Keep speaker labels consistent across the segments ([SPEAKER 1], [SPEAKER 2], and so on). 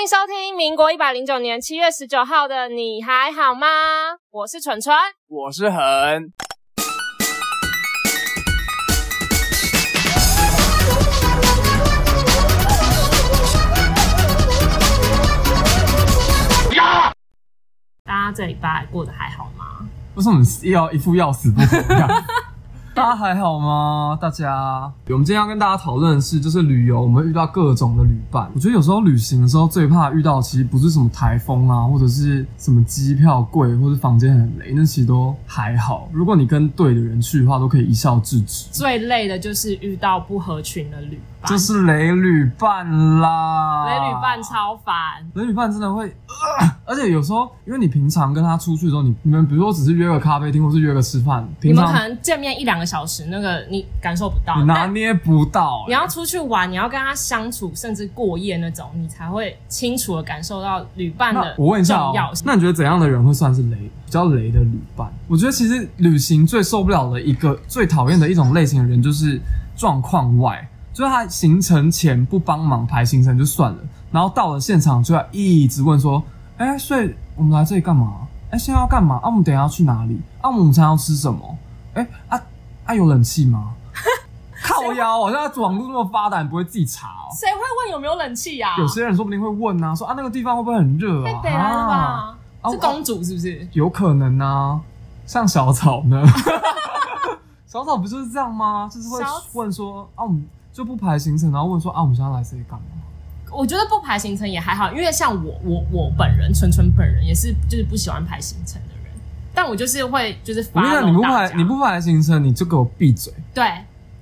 [SPEAKER 1] 迎收听民国一百零九年七月十九号的《你还好吗》，我是蠢蠢。
[SPEAKER 2] 我是恒，
[SPEAKER 1] 大家这礼拜过得还好吗？
[SPEAKER 2] 为什么你要一副要死不活的 样子？大家还好吗？大家，我们今天要跟大家讨论的是，就是旅游，我们会遇到各种的旅伴。我觉得有时候旅行的时候，最怕遇到其实不是什么台风啊，或者是什么机票贵，或者房间很雷，那其实都还好。如果你跟对的人去的话，都可以一笑置之。
[SPEAKER 1] 最累的就是遇到不合群的旅伴，
[SPEAKER 2] 就是雷旅伴啦，
[SPEAKER 1] 雷旅伴超烦。
[SPEAKER 2] 男女伴真的会、 呃而且有时候，因为你平常跟他出去的时候，你你们比如说只是约个咖啡厅或是约个吃饭，
[SPEAKER 1] 你
[SPEAKER 2] 平
[SPEAKER 1] 们可
[SPEAKER 2] 常
[SPEAKER 1] 能见面一两个小时，那个你感受不到
[SPEAKER 2] 你。拿
[SPEAKER 1] 但
[SPEAKER 2] 捏不到、欸
[SPEAKER 1] 你要出去玩，你要跟他相处，甚至过夜那种，你才会清楚的感受到旅伴
[SPEAKER 2] 那
[SPEAKER 1] 的
[SPEAKER 2] 我问一下哦
[SPEAKER 1] 重要，性。
[SPEAKER 2] 那你觉得怎样的人会算是雷比较雷的旅伴？我觉得其实旅行最受不了的一个最讨厌的一种类型的人就是状况外，就是他行程前不帮忙排行程就算了，然后到了现场就要一直问说，哎、所以我们来这里干嘛？哎、现在要干嘛？啊，我们等一下要去哪里？啊，我们午餐要吃什么？哎、啊啊，有冷气吗？靠腰哦，现在网络这么发达，你不会自己查哦。
[SPEAKER 1] 谁会问有没有冷气呀、啊？
[SPEAKER 2] 有些人说不定会问啊，说啊那个地方会不会很热
[SPEAKER 1] 太
[SPEAKER 2] 啊？
[SPEAKER 1] 北来了吧？
[SPEAKER 2] 啊啊
[SPEAKER 1] 是公主是不是？
[SPEAKER 2] 有可能啊，像小草 呢，小草不就是这样吗？就是会
[SPEAKER 1] 小草
[SPEAKER 2] 问说啊，我们就不排行程，然后问说啊，我们现在来这里干嘛？
[SPEAKER 1] 我觉得不排行程也还好，因为像我我我本人纯纯本人也是就是不喜欢排行程的人，但我就是会就是
[SPEAKER 2] 我
[SPEAKER 1] 发
[SPEAKER 2] 跟你讲，你不排你
[SPEAKER 1] 不
[SPEAKER 2] 不排行程，你就给我闭嘴。
[SPEAKER 1] 对，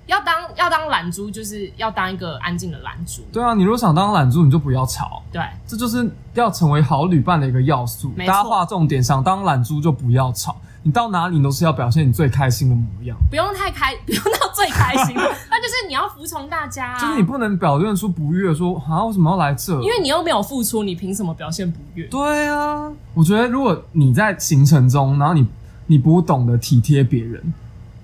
[SPEAKER 1] 要当要当懒猪，就是要当一个安静的懒猪，
[SPEAKER 2] 对啊，你如果想当懒猪，你就不要吵，
[SPEAKER 1] 对
[SPEAKER 2] 这就是要成为好旅伴的一个要素。
[SPEAKER 1] 没
[SPEAKER 2] 大
[SPEAKER 1] 错
[SPEAKER 2] 家划重点，想当懒猪就不要吵，你到哪里都是要表现你最开心的模样。
[SPEAKER 1] 不用太开， 不用到最开 心，那就是你要服从大家、啊，
[SPEAKER 2] 就是你不能表现出不悦，说啊为什么要来这？
[SPEAKER 1] 因为你又没有付出，你凭什么表现不悦？
[SPEAKER 2] 对啊，我觉得如果你在行程中，然后你你不懂得体贴别人，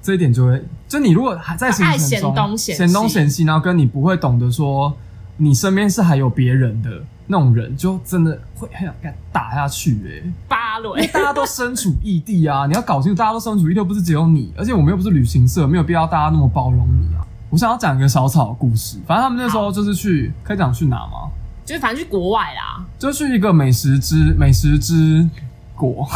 [SPEAKER 2] 这一点就会，就你如果还在行
[SPEAKER 1] 爱嫌
[SPEAKER 2] 程中
[SPEAKER 1] 东嫌西
[SPEAKER 2] 嫌东嫌西，然后跟你不会懂得说你身边是还有别人的那种人，就真的会很想给他打下去哎、
[SPEAKER 1] 芭
[SPEAKER 2] 因
[SPEAKER 1] 蕾
[SPEAKER 2] 为，大家都身处异地啊，你要搞清楚，大家都身处异地，又不是只有你，而且我们又不是旅行社，没有必要大家那么包容你啊。我想要讲一个小草的故事，反正他们那时候就是去，可以讲去哪吗？
[SPEAKER 1] 就是反正去国外啦，
[SPEAKER 2] 就去一个美食之美食之国，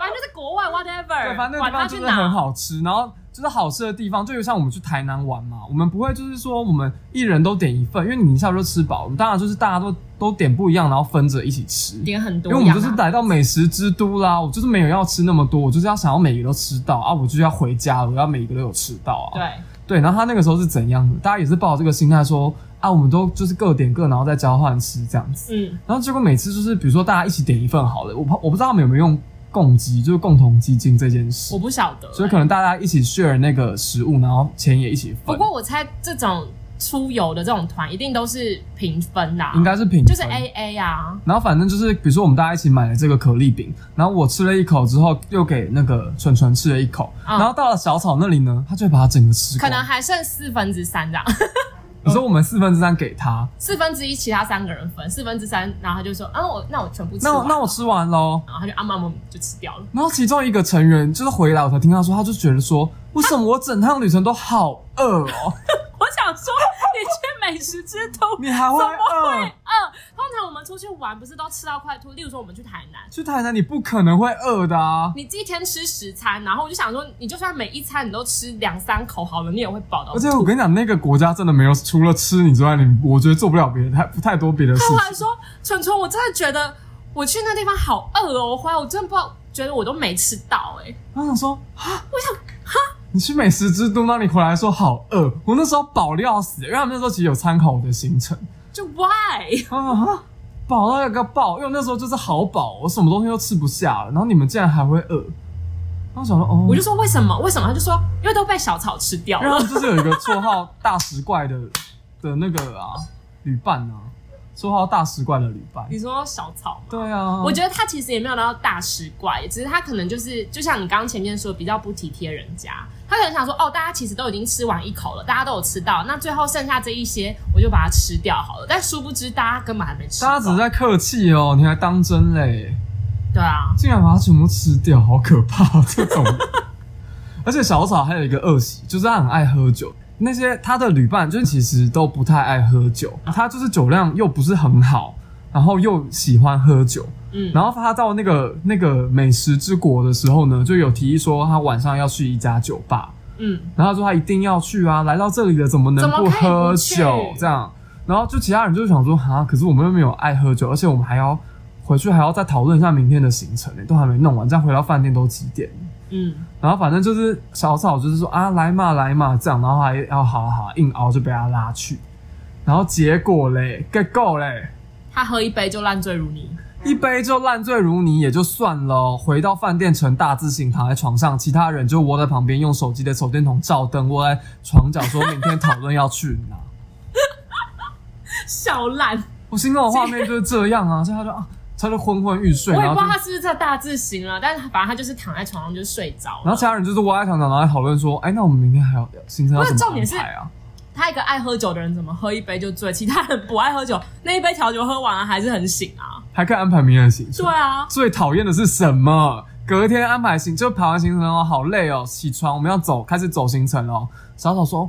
[SPEAKER 1] 反正就是国外 whatever，
[SPEAKER 2] 对，反正那个
[SPEAKER 1] 管
[SPEAKER 2] 地
[SPEAKER 1] 他
[SPEAKER 2] 方
[SPEAKER 1] 去
[SPEAKER 2] 就是
[SPEAKER 1] 哪
[SPEAKER 2] 很，好吃，然后就是好吃的地方，就像我们去台南玩嘛，我们不会就是说我们一人都点一份，因为你一下就吃饱，我们当然就是大家都都点不一样，然后分着一起吃。
[SPEAKER 1] 点很多
[SPEAKER 2] 因为
[SPEAKER 1] 样、
[SPEAKER 2] 我
[SPEAKER 1] 啊，
[SPEAKER 2] 们就是来到美食之都啦，我就是没有要吃那么多，我就是要想要每个都吃到啊，我就是要回家，我要每一个都有吃到啊。
[SPEAKER 1] 对。
[SPEAKER 2] 对，然后他那个时候是怎样的？大家也是抱着这个心态说啊，我们都就是各点各，然后再交换吃这样子。
[SPEAKER 1] 嗯，
[SPEAKER 2] 然后结果每次就是，比如说大家一起点一份好了，我不我不知道他们有没有用共积，就是共同基金这件事
[SPEAKER 1] 我，不晓得、
[SPEAKER 2] 所以可能大家一起 share 那个食物，然后钱也一起
[SPEAKER 1] 不
[SPEAKER 2] 分，
[SPEAKER 1] 过我猜这种出游的这种团一定都是平分啦、
[SPEAKER 2] 应该是平分
[SPEAKER 1] 就是 A A 啊，
[SPEAKER 2] 然后反正就是，比如说我们大家一起买了这个可丽饼，然后我吃了一口之后，又给那个纯纯吃了一口，
[SPEAKER 1] 嗯
[SPEAKER 2] 然后到了小草那里呢，他就会把它整个吃
[SPEAKER 1] 可
[SPEAKER 2] 光。
[SPEAKER 1] 能还剩四分之三这样，
[SPEAKER 2] 你说我们四分之三给他，
[SPEAKER 1] 四分之一其他三个人分，四分之三，然后他就说，啊，我那我全部吃
[SPEAKER 2] 那我
[SPEAKER 1] 完，
[SPEAKER 2] 那我吃完喽。
[SPEAKER 1] 然后他就啊妈妈就吃掉 了，
[SPEAKER 2] 然后其中一个成员就是回来，我才听他说，他就觉得说，为什么我整趟旅程都好饿 哦？
[SPEAKER 1] 我想说，你去美食之都。
[SPEAKER 2] 你还会
[SPEAKER 1] 怎么
[SPEAKER 2] 饿
[SPEAKER 1] 会？饿？通常我们出去玩不是都吃到快吐？例如说我们去台南，
[SPEAKER 2] 去台南你不可能会饿的啊！
[SPEAKER 1] 你一天吃十餐，然后我就想说，你就算每一餐你都吃两三口好了，你也会饱到
[SPEAKER 2] 而且我跟你讲，那个国家真的没有除了吃你之外，你我觉得做不了别的太太多别的事
[SPEAKER 1] 他还
[SPEAKER 2] 情。
[SPEAKER 1] 说：“蠢蠢，我真的觉得我去那地方好饿哦，我回来我真的不知道，觉得我都没吃到哎、
[SPEAKER 2] 然后想说啊，我想哈，你去美食之都，那你回来说好饿，我那时候饱的要死，因为他们那时候其实有参考我的行程
[SPEAKER 1] 就 why？
[SPEAKER 2] 啊，哈饱到一个爆，因为我那时候就是好饱，我什么东西都吃不下了，然后你们竟然还会饿，然后想说哦，
[SPEAKER 1] 我就说为什么？为什么？他就说因为都被小草吃掉
[SPEAKER 2] 因为
[SPEAKER 1] 了
[SPEAKER 2] 他。们就是有一个绰号大食怪的的那个啊旅伴啊，绰号大食怪的旅伴。
[SPEAKER 1] 你说小草吗？
[SPEAKER 2] 对啊，
[SPEAKER 1] 我觉得他其实也没有到大食怪，只是他可能就是就像你刚刚前面说，比较不体贴人家。他可能想说，哦，大家其实都已经吃完一口了，大家都有吃到，那最后剩下这一些，我就把它吃掉好了。但殊不知，大家根本还没吃
[SPEAKER 2] 大
[SPEAKER 1] 饱。
[SPEAKER 2] 家只是在客气哦，你还当真嘞？
[SPEAKER 1] 对啊，
[SPEAKER 2] 竟然把它全部吃掉，好可怕！这种，而且小草还有一个恶习，就是他很爱喝酒。那些他的旅伴就是其实都不太爱喝酒，他就是酒量又不是很好，然后又喜欢喝酒。
[SPEAKER 1] 嗯，
[SPEAKER 2] 然后他到那个那个美食之国的时候呢，就有提议说他晚上要去一家酒吧，
[SPEAKER 1] 嗯，
[SPEAKER 2] 然后他说他一定要去啊，来到这里了怎么能
[SPEAKER 1] 怎么可
[SPEAKER 2] 不
[SPEAKER 1] 以不
[SPEAKER 2] 喝
[SPEAKER 1] 去
[SPEAKER 2] 酒这样？然后就其他人就想说哈，可是我们又没有爱喝酒，而且我们还要回去还要再讨论一下明天的行程呢、欸都还没弄完，这样回到饭店都几点？
[SPEAKER 1] 嗯，
[SPEAKER 2] 然后反正就是小草就是说啊来嘛来嘛这样，然后还要好好硬熬就被他拉去，然后结果嘞，get go 嘞。
[SPEAKER 1] 他喝一杯就烂醉如泥。
[SPEAKER 2] 一杯就烂醉如泥也就算了哦，回到饭店成大字型躺在床上，其他人就窝在旁边用手机的手电筒照灯，窝在床角说明天讨论要去哪。
[SPEAKER 1] 笑烂，
[SPEAKER 2] 我心中的画面就是这样啊，所以他就啊，他就昏昏欲睡，
[SPEAKER 1] 我也
[SPEAKER 2] 然
[SPEAKER 1] 不
[SPEAKER 2] 后
[SPEAKER 1] 知道
[SPEAKER 2] 就
[SPEAKER 1] 他是不是在大字型了，但是反正他就是躺在床上就睡着
[SPEAKER 2] 然后
[SPEAKER 1] 了。
[SPEAKER 2] 其他人就是窝在床上，然后在讨论说，哎，那我们明天还要行程要
[SPEAKER 1] 不是
[SPEAKER 2] 怎么
[SPEAKER 1] 重点是
[SPEAKER 2] 安排啊？
[SPEAKER 1] 他一个爱喝酒的人，怎么喝一杯就醉？其他人不爱喝酒，那一杯调酒喝完了还是很醒啊。
[SPEAKER 2] 还可以安排明天的行程
[SPEAKER 1] 对。啊，
[SPEAKER 2] 最讨厌的是什么？隔天安排行，就排完行程哦，好累哦，起床我们要走，开始走行程哦。小草说，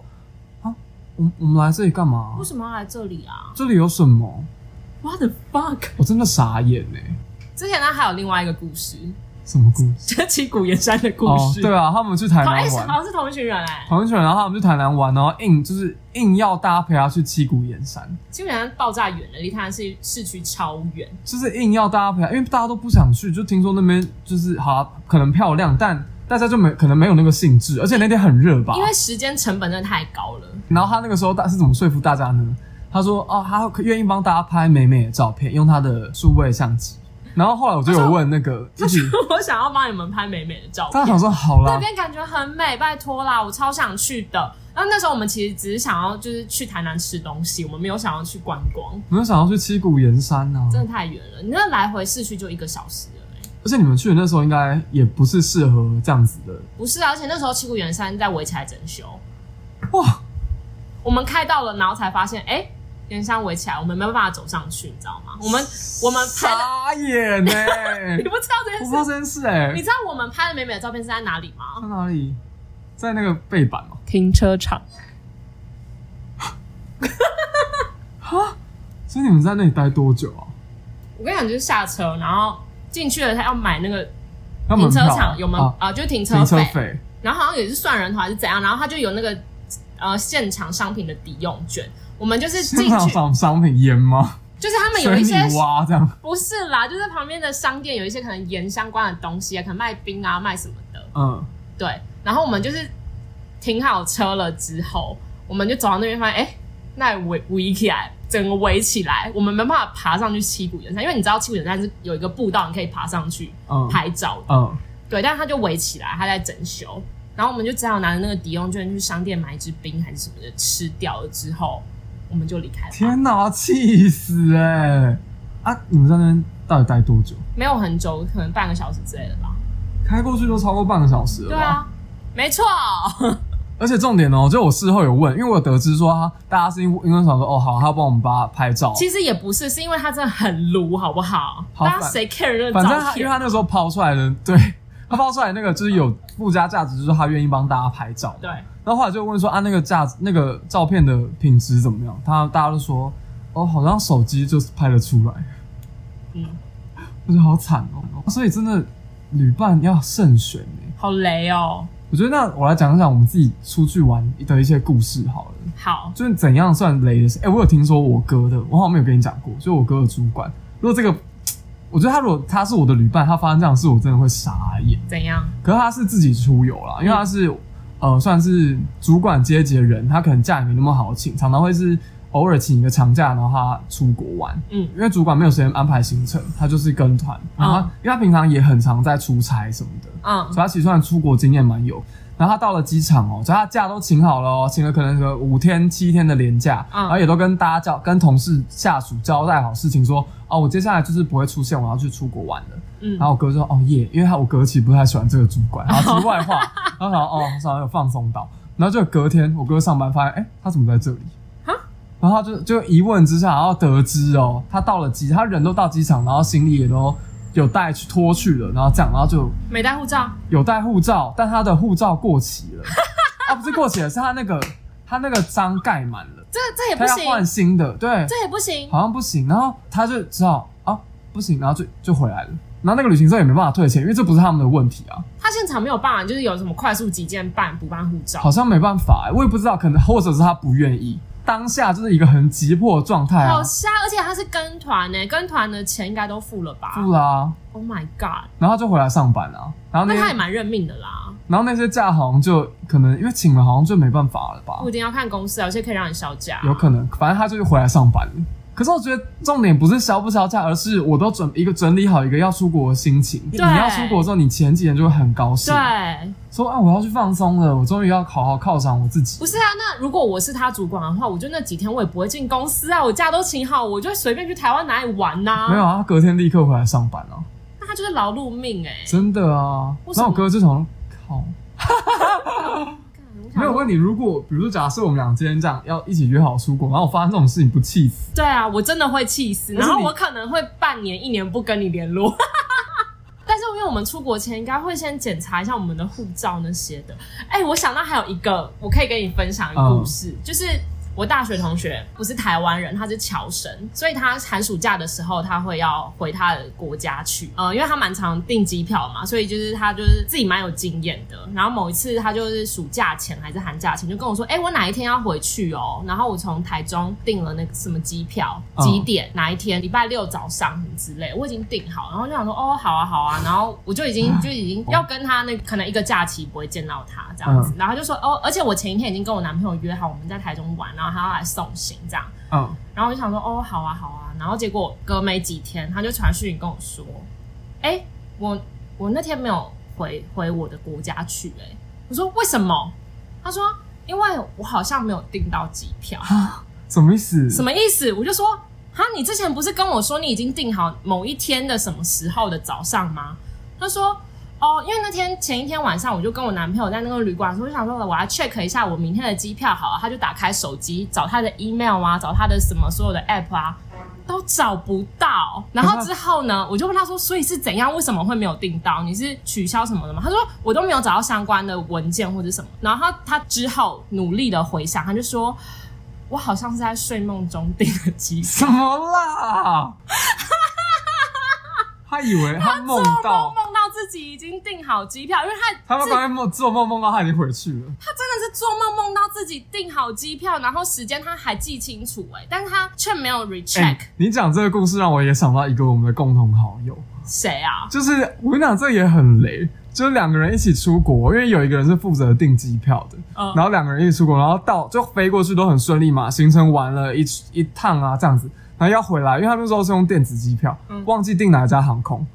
[SPEAKER 2] 啊，我们我们来这里干嘛？啊
[SPEAKER 1] 为什么要来这里啊
[SPEAKER 2] 这里有什么？
[SPEAKER 1] ？What the fuck！
[SPEAKER 2] 我真的傻眼哎、
[SPEAKER 1] 之前呢还有另外一个故事，
[SPEAKER 2] 什么故
[SPEAKER 1] 就
[SPEAKER 2] 事？
[SPEAKER 1] 是旗鼓岩山的故事。
[SPEAKER 2] 哦，对啊，他们去台
[SPEAKER 1] 同，
[SPEAKER 2] 南
[SPEAKER 1] 哎、好
[SPEAKER 2] 玩，
[SPEAKER 1] 像是同一群人哎、
[SPEAKER 2] 朋友圈，然后他们去台南玩，然后硬就是硬要大家陪他去七股岩山，
[SPEAKER 1] 基本上爆炸远了，离台南市市区超远。
[SPEAKER 2] 就是硬要大家陪他，因为大家都不想去，就听说那边就是好啊可能漂亮，但大家就没可能没有那个兴致，而且那天很热吧
[SPEAKER 1] 因。为时间成本真的太高了。
[SPEAKER 2] 然后他那个时候大是怎么说服大家呢？他说哦，他愿意帮大家拍美美的照片，用他的数位相机。然后后来我就有问那个一起，
[SPEAKER 1] 我想要帮你们拍美美的照片，
[SPEAKER 2] 他想说好
[SPEAKER 1] 那
[SPEAKER 2] 啦，
[SPEAKER 1] 边感觉很美，拜托啦，我超想去的。然后那时候我们其实只是想要就是去台南吃东西，我们没有想要去观光，
[SPEAKER 2] 我就想要去七股岩山呐、啊。
[SPEAKER 1] 真的太远了。你那来回市区就一个小时了、欸。
[SPEAKER 2] 而且你们去的那时候应该也不是适合这样子的，
[SPEAKER 1] 不是啊，而且那时候七股圆山在围起来整修，
[SPEAKER 2] 哇！
[SPEAKER 1] 我们开到了，然后才发现，哎、圆山围起来，我们没有办法走上去，你知道吗？我们我们拍 的，
[SPEAKER 2] 傻眼呢、
[SPEAKER 1] 你 不知道这件事
[SPEAKER 2] 我不知道这件事哎、
[SPEAKER 1] 你知道我们拍的美美的照片是在哪里吗？
[SPEAKER 2] 在哪里？在那个背板哦嘛。
[SPEAKER 1] 停车场。
[SPEAKER 2] 所以你们在那里待多久啊？
[SPEAKER 1] 我跟你讲，就是下车，然后进去了，他要买那个
[SPEAKER 2] 要门
[SPEAKER 1] 停车
[SPEAKER 2] 票啊
[SPEAKER 1] 场有门啊
[SPEAKER 2] 啊
[SPEAKER 1] 就是停车
[SPEAKER 2] 停车
[SPEAKER 1] 费，
[SPEAKER 2] 费，
[SPEAKER 1] 然后好像也是算人头还是怎样，然后他就有那个呃现场商品的抵用券，我们就是进
[SPEAKER 2] 现场
[SPEAKER 1] 去，
[SPEAKER 2] 赏商品烟吗？
[SPEAKER 1] 就是他们有
[SPEAKER 2] 水
[SPEAKER 1] 一
[SPEAKER 2] 泥
[SPEAKER 1] 些
[SPEAKER 2] 蛙这样，
[SPEAKER 1] 不是啦，就是旁边的商店有一些可能盐相关的东西啊，可能卖冰啊，卖什么的。
[SPEAKER 2] 嗯，
[SPEAKER 1] 对，然后我们就是停好车了之后，我们就走到那边发现，哎、那围围起来，整个围起来，我们没办法爬上去七股岩山，因为你知道七股岩山是有一个步道，你可以爬上去
[SPEAKER 2] 嗯
[SPEAKER 1] 拍照的。
[SPEAKER 2] 嗯，
[SPEAKER 1] 对，但是他就围起来，他在整修。然后我们就只好拿着那个抵用券去商店买一支冰还是什么的，吃掉了之后，我们就离开了。
[SPEAKER 2] 天哪，气死哎、啊，你们在那边到底待多久？
[SPEAKER 1] 没有很久，可能半个小时之类的吧。
[SPEAKER 2] 开过去都超过半个小时了吧？
[SPEAKER 1] 对啊，没错。
[SPEAKER 2] 而且重点哦，就我事后有问，因为我有得知说他大家是因为因为想说哦好，他帮我们帮他拍照，
[SPEAKER 1] 其实也不是，是因为他真的很撸，好不好？
[SPEAKER 2] 好
[SPEAKER 1] 大家
[SPEAKER 2] 反
[SPEAKER 1] 谁 care 那个
[SPEAKER 2] 反正
[SPEAKER 1] 照
[SPEAKER 2] 他因为
[SPEAKER 1] 片？
[SPEAKER 2] 他那时候抛出来的，对他抛出来那个就是有附加价值，就是他愿意帮大家拍照。
[SPEAKER 1] 对，
[SPEAKER 2] 然后后来就问说啊那个价那个照片的品质怎么样？他大家都说哦好像手机就是拍得出来，
[SPEAKER 1] 嗯，
[SPEAKER 2] 我觉得好惨哦。所以真的旅伴要慎选哎。
[SPEAKER 1] 好雷哦。
[SPEAKER 2] 我觉得那我来讲讲我们自己出去玩的一些故事好了。
[SPEAKER 1] 好，
[SPEAKER 2] 就是怎样算雷的事？哎、我有听说我哥的，我好像没有跟你讲过，就我哥的主管。如果这个，我觉得他如果他是我的旅伴，他发生这样的事，我真的会傻眼。
[SPEAKER 1] 怎样？
[SPEAKER 2] 可是他是自己出游啦，因为他是、呃算是主管阶级的人，他可能假也没那么好请，常常会是偶尔请一个长假，然后他出国玩。
[SPEAKER 1] 嗯
[SPEAKER 2] 因为主管没有时间安排行程，他就是跟团。然后他、因为他平常也很常在出差什么的，
[SPEAKER 1] 嗯
[SPEAKER 2] 所以他其实算出国经验蛮有。然后他到了机场哦，只要他假都请好了哦，请了可能个五天七天的年假，
[SPEAKER 1] 嗯
[SPEAKER 2] 然后也都跟大家交跟同事下属交代好事情说，哦，我接下来就是不会出现，我要去出国玩了。
[SPEAKER 1] 嗯
[SPEAKER 2] 然后我哥就说哦耶，因为他我哥其实不太喜欢这个主管，然后题外 话，然后想哦，好像有放松到，然后就隔天我哥上班发现，哎，他怎么在这里
[SPEAKER 1] 啊？
[SPEAKER 2] 然后他就就一问之下，然后得知哦，他到了机，他人都到机场，然后行李也都有带去拖去了，然后这样，然后就
[SPEAKER 1] 没带护照，
[SPEAKER 2] 有带护照，但他的护照过 期了，啊，不是过期了，是他那个他那个章盖满了，
[SPEAKER 1] 这这也
[SPEAKER 2] 他
[SPEAKER 1] 不
[SPEAKER 2] 要
[SPEAKER 1] 行，
[SPEAKER 2] 换新的，对，
[SPEAKER 1] 这也不行，
[SPEAKER 2] 好像不行，然后他就只好啊不行，然后就就回来了。然后那个旅行社也没办法退钱，因为这不是他们的问题啊，
[SPEAKER 1] 他现场没有办法，就是有什么快速急件办补办护照
[SPEAKER 2] 好，像没办法欸、我也不知道，可能或者是他不愿意，当下就是一个很急迫的状态啊
[SPEAKER 1] 好，瞎，而且他是跟团呢、跟团的钱应该都付了吧
[SPEAKER 2] 不啦，
[SPEAKER 1] ？Oh my god，
[SPEAKER 2] 然后他就回来上班啊，然后那
[SPEAKER 1] 那他
[SPEAKER 2] 些
[SPEAKER 1] 也蛮认命的啦，
[SPEAKER 2] 然后那些假好像就可能因为请了好像就没办法了吧，
[SPEAKER 1] 不一定要看公司啊，有些可以让你销假，
[SPEAKER 2] 有可能，反正哦他就是回来上班了。可是我觉得重点不是消不消假，而是我都准一个整理好一个要出国的心情。你
[SPEAKER 1] 对
[SPEAKER 2] 要出国之后，你前几天就会很高兴，
[SPEAKER 1] 对，
[SPEAKER 2] 说啊我要去放松了，我终于要好好犒赏我自己
[SPEAKER 1] 不。是啊，那如果我是他主管的话，我就那几天我也不会进公司啊，我假都请好，我就随便去台湾哪里玩呐、
[SPEAKER 2] 没有啊，他隔天立刻回来上班啊，
[SPEAKER 1] 那他就是劳碌命哎、欸。
[SPEAKER 2] 真的啊。
[SPEAKER 1] 为什
[SPEAKER 2] 然
[SPEAKER 1] 么
[SPEAKER 2] 后我哥就想说，靠，
[SPEAKER 1] 干
[SPEAKER 2] 没
[SPEAKER 1] 我
[SPEAKER 2] 有。我
[SPEAKER 1] 想
[SPEAKER 2] 问你，如果比如说假设我们俩今天这样要一起约好出国，然后我发生这种事情，不气死？
[SPEAKER 1] 对啊，我真的会气死，
[SPEAKER 2] 不是
[SPEAKER 1] 然
[SPEAKER 2] 你
[SPEAKER 1] 后我可能会半年一年不跟你联络。 但是因为我们出国前应该会先检查一下我们的护照那些的。哎、我想到还有一个，我可以跟你分享一个故事，就是我大学同学不是台湾人，他是侨生，所以他寒暑假的时候他会要回他的国家去，呃，因为他蛮常订机票嘛，所以就是他就是自己蛮有经验的。然后某一次他就是暑假前还是寒假前就跟我说，哎、我哪一天要回去哦，然后我从台中订了那个什么机票，
[SPEAKER 2] 嗯
[SPEAKER 1] 几点哪一天，礼拜六早上什么之类，我已经订好，然后就想说哦，好啊好啊，然后我就已经就已经要跟他那可能一个假期不会见到他这样子，然后他就说哦，而且我前一天已经跟我男朋友约好我们在台中玩，然后他要来送行这样，
[SPEAKER 2] 嗯，
[SPEAKER 1] 然后我就想说哦，好啊好啊，然后结果隔没几天他就传讯息跟我说，哎、我我那天没有回回我的国家去、欸，哎，我说为什么？他说因为我好像没有订到机票。
[SPEAKER 2] 什么意思？
[SPEAKER 1] 什么意思？我就说，哈，你之前不是跟我说你已经订好某一天的什么时候的早上吗？他说，哦，因为那天前一天晚上我就跟我男朋友在那个旅馆，所以我想说我要 check 一下我明天的机票好了，啊他就打开手机找他的 email 啊，找他的什么所有的 app 啊。都找不到，然后之后呢，我就问他说，所以是怎样？为什么会没有订到？你是取消什么的吗？他说我都没有找到相关的文件或者什么。然后他他之后努力的回想，他就说，我好像是在睡梦中订的机票，
[SPEAKER 2] 什么 啦？他以为他梦到
[SPEAKER 1] 梦。梦到自己已经订好机票，因为
[SPEAKER 2] 他
[SPEAKER 1] 他
[SPEAKER 2] 们
[SPEAKER 1] 自
[SPEAKER 2] 刚才梦做梦梦到他已经回去了，
[SPEAKER 1] 他真的是做梦梦到自己订好机票，然后时间他还记清楚哎、但是他却没有 recheck
[SPEAKER 2] 欸你讲这个故事让我也想到一个我们的共同好友，
[SPEAKER 1] 谁、啊？
[SPEAKER 2] 就是我跟你讲，这也很雷，就是两个人一起出国，因为有一个人是负责订机票的，
[SPEAKER 1] 嗯
[SPEAKER 2] 然后两个人一起出国，然后到就飞过去都很顺利嘛，行程完了一一趟啊这样子，然后要回来，因为他那时候是用电子机票，
[SPEAKER 1] 嗯
[SPEAKER 2] 忘记订哪一家 航空，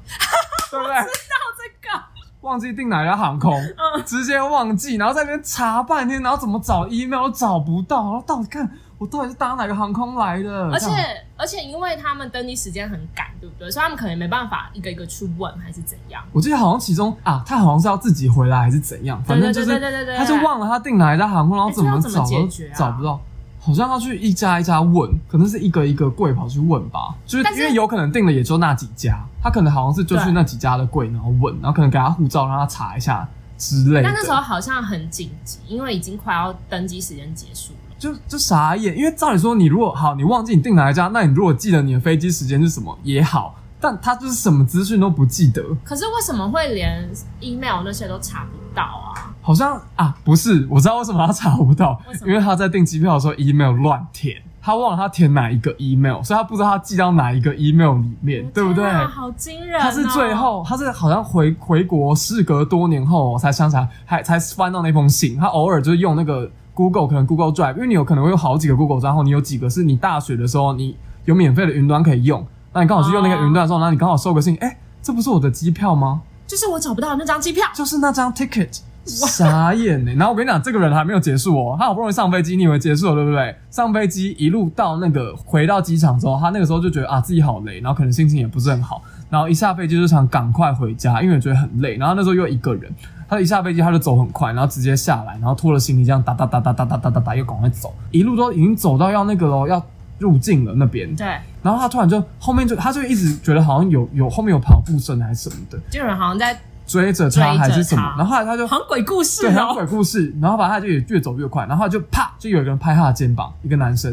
[SPEAKER 2] 对不对？
[SPEAKER 1] 到这个
[SPEAKER 2] 忘记订哪一家航空，
[SPEAKER 1] 嗯
[SPEAKER 2] 直接忘记，然后在那边查半天，然后怎么找 email 都找不到，然后到底看我到底是搭哪个航空来的？
[SPEAKER 1] 而且
[SPEAKER 2] 这样
[SPEAKER 1] 而且，因为他们登记时间很赶，对不对？所以他们可能没办法一个一个去问，还是怎样？
[SPEAKER 2] 我记得好像其中啊，他好像是要自己回来还是怎样，反正就是
[SPEAKER 1] 对对对对对对
[SPEAKER 2] 他就忘了他订哪一家航空，然后
[SPEAKER 1] 哎
[SPEAKER 2] 怎么
[SPEAKER 1] 这要怎
[SPEAKER 2] 找
[SPEAKER 1] 么解
[SPEAKER 2] 都
[SPEAKER 1] 决啊
[SPEAKER 2] 找不到。好像要去一家一家问，可能是一个一个柜跑去问吧，就是
[SPEAKER 1] 但是
[SPEAKER 2] 因为有可能订了也就那几家，他可能好像是就去
[SPEAKER 1] 对
[SPEAKER 2] 那几家的柜，然后问，然后可能给他护照让他查一下之类的。
[SPEAKER 1] 但那时候好像很紧急，因为已经快要登记时间结束了。
[SPEAKER 2] 就就傻眼，因为照理说，你如果好，你忘记你订哪一家，那你如果记得你的飞机时间是什么也好，但他就是什么资讯都不记得，
[SPEAKER 1] 可是为什么会连 email 那些都查不到啊？
[SPEAKER 2] 好像啊，不是，我知道为什么他查不到
[SPEAKER 1] 为什，么
[SPEAKER 2] 因为他在订机票的时候 email 乱填，他忘了他填哪一个 email，所以他不知道他寄到哪一个 email 里面，对不对？
[SPEAKER 1] 天啊好惊人、哦！
[SPEAKER 2] 他是最后，他是好像回回国，事隔多年后、才想起来，还才翻到那封信。他偶尔就是用那个 Google，可能 Google Drive，因为你有可能会有好几个 Google 账号，你有几个是你大学的时候你有免费的云端可以用，那你刚好去用那
[SPEAKER 1] 哦
[SPEAKER 2] 个云端的时候，那、你刚好收个信，哎、这不是我的机票吗？
[SPEAKER 1] 就是我找不到那张机票，
[SPEAKER 2] 就是那张 ticket，傻眼欸呢、然后我跟你讲，这个人还没有结束哦，他好不容易上飞机，你以为结束了对不对？上飞机一路到那个回到机场之后，他那个时候就觉得啊自己好累，然后可能心情也不是很好，然后一下飞机就想赶快回家，因为觉得很累。然后那时候又一个人，他一下飞机他就走很快，然后直接下来，然后拖了行李这样哒哒哒哒哒哒哒哒哒又赶快走，一路都已经走到要那个咯，要入境了那边。
[SPEAKER 1] 对，
[SPEAKER 2] 然后他突然就后面就他就一直觉得好像有有后面有跑步声还是什么的
[SPEAKER 1] 就有人好像在
[SPEAKER 2] 追着他还是什么
[SPEAKER 1] 追着，他
[SPEAKER 2] 然后后来他就
[SPEAKER 1] 好像鬼故事
[SPEAKER 2] 对，然后
[SPEAKER 1] 哦，
[SPEAKER 2] 鬼故事，然后把他就也越走越快，然后他就啪，就有一个人拍他的肩膀，一个男生，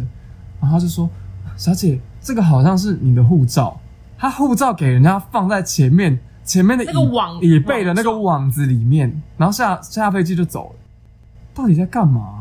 [SPEAKER 2] 然后他就说：“小姐，这个好像是你的护照。”他护照给人家放在前面，前面的
[SPEAKER 1] 那个
[SPEAKER 2] 椅
[SPEAKER 1] 网
[SPEAKER 2] 椅背的那个网子里面，然后下下飞机就走了。到底在干嘛啊、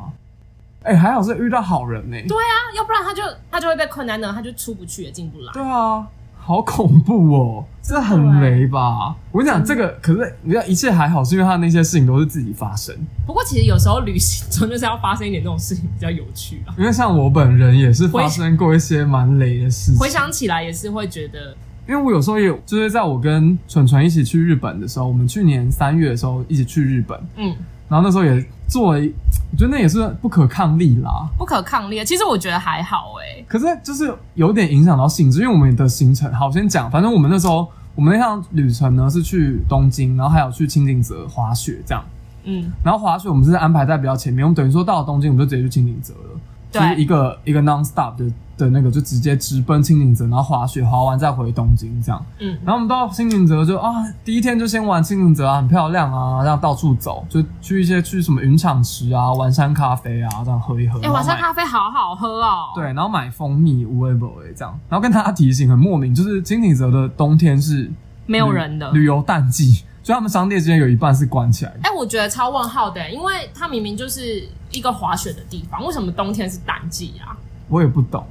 [SPEAKER 2] 哎、还好是遇到好人呢、
[SPEAKER 1] 对啊，要不然他就他就会被困在那，他就出不去也进不来。
[SPEAKER 2] 对啊，好恐怖哦，这很雷吧？我跟你讲，这个可是你知道，一切还好，是因为他那些事情都是自己发生。
[SPEAKER 1] 不过其实有时候旅行中就是要发生一点这种事情比较有趣啊。
[SPEAKER 2] 因为像我本人也是发
[SPEAKER 1] 回
[SPEAKER 2] 生过一些蛮雷的事
[SPEAKER 1] 回
[SPEAKER 2] 情，
[SPEAKER 1] 想起来也是会觉得，
[SPEAKER 2] 因为我有时候也有就是在我跟蠢蠢一起去日本的时候，我们去年三月的时候一起去日本，
[SPEAKER 1] 嗯，
[SPEAKER 2] 然后那时候也做了一，我觉得那也是不可抗力啦。
[SPEAKER 1] 不可抗力。其实我觉得还好哎、
[SPEAKER 2] 可是就是有点影响到性质，因为我们的行程，好，我先讲，反正我们那时候我们那趟旅程呢是去东京，然后还有去清景泽滑雪这样，
[SPEAKER 1] 嗯，
[SPEAKER 2] 然后滑雪我们是安排在比较前面，我们等于说到了东京，我们就直接去清景泽了，就
[SPEAKER 1] 对
[SPEAKER 2] 是一个一个 non stop 的的那个，就直接直奔清景泽，然后滑雪滑完再回东京这样。
[SPEAKER 1] 嗯
[SPEAKER 2] 然后我们到清景泽就啊，第一天就先玩清景泽啊，很漂亮啊，这样到处走，就去一些去什么云场池啊、晚山咖啡啊，这样喝一喝。
[SPEAKER 1] 哎、
[SPEAKER 2] 然后
[SPEAKER 1] 晚上
[SPEAKER 2] 买
[SPEAKER 1] 咖啡好好喝哦。
[SPEAKER 2] 对，，然后买蜂蜜、无味不味这样。然后跟大家提醒，很莫名，就是清景泽的冬天是
[SPEAKER 1] 没有人的。
[SPEAKER 2] 旅游淡季，所以他们商店之间有一半是关起来的。
[SPEAKER 1] 哎、我觉得超问号的、欸因为它明明就是一个滑雪的地方，为什么冬天是淡季啊？
[SPEAKER 2] 我也不懂，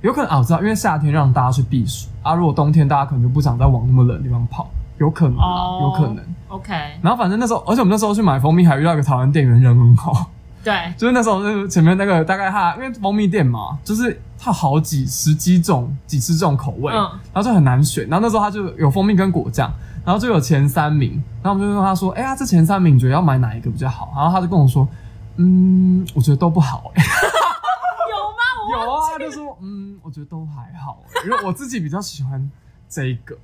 [SPEAKER 2] 有可能啊，我知道，因为夏天让大家去避暑啊，如果冬天大家可能就不想再往那么冷的地方跑，有可能啊，
[SPEAKER 1] 哦
[SPEAKER 2] 有可能。
[SPEAKER 1] OK，
[SPEAKER 2] 然后反正那时候，而且我们那时候去买蜂蜜，还遇到一个台湾店员，人很好，
[SPEAKER 1] 对，
[SPEAKER 2] 就是那时候就是前面那个大概他因为蜂蜜店嘛，就是他好几十几种几十种口味，
[SPEAKER 1] 嗯
[SPEAKER 2] 然后就很难选。然后那时候他就有蜂蜜跟果酱，然后就有前三名，然后我们就问他说：“哎、呀，这前三名你觉得要买哪一个比较好？”然后他就跟我说：“嗯，我觉得都不好、欸。”
[SPEAKER 1] 有吗？我
[SPEAKER 2] 有啊，他就说嗯，我觉得都还好、欸，因为我自己比较喜欢这一个。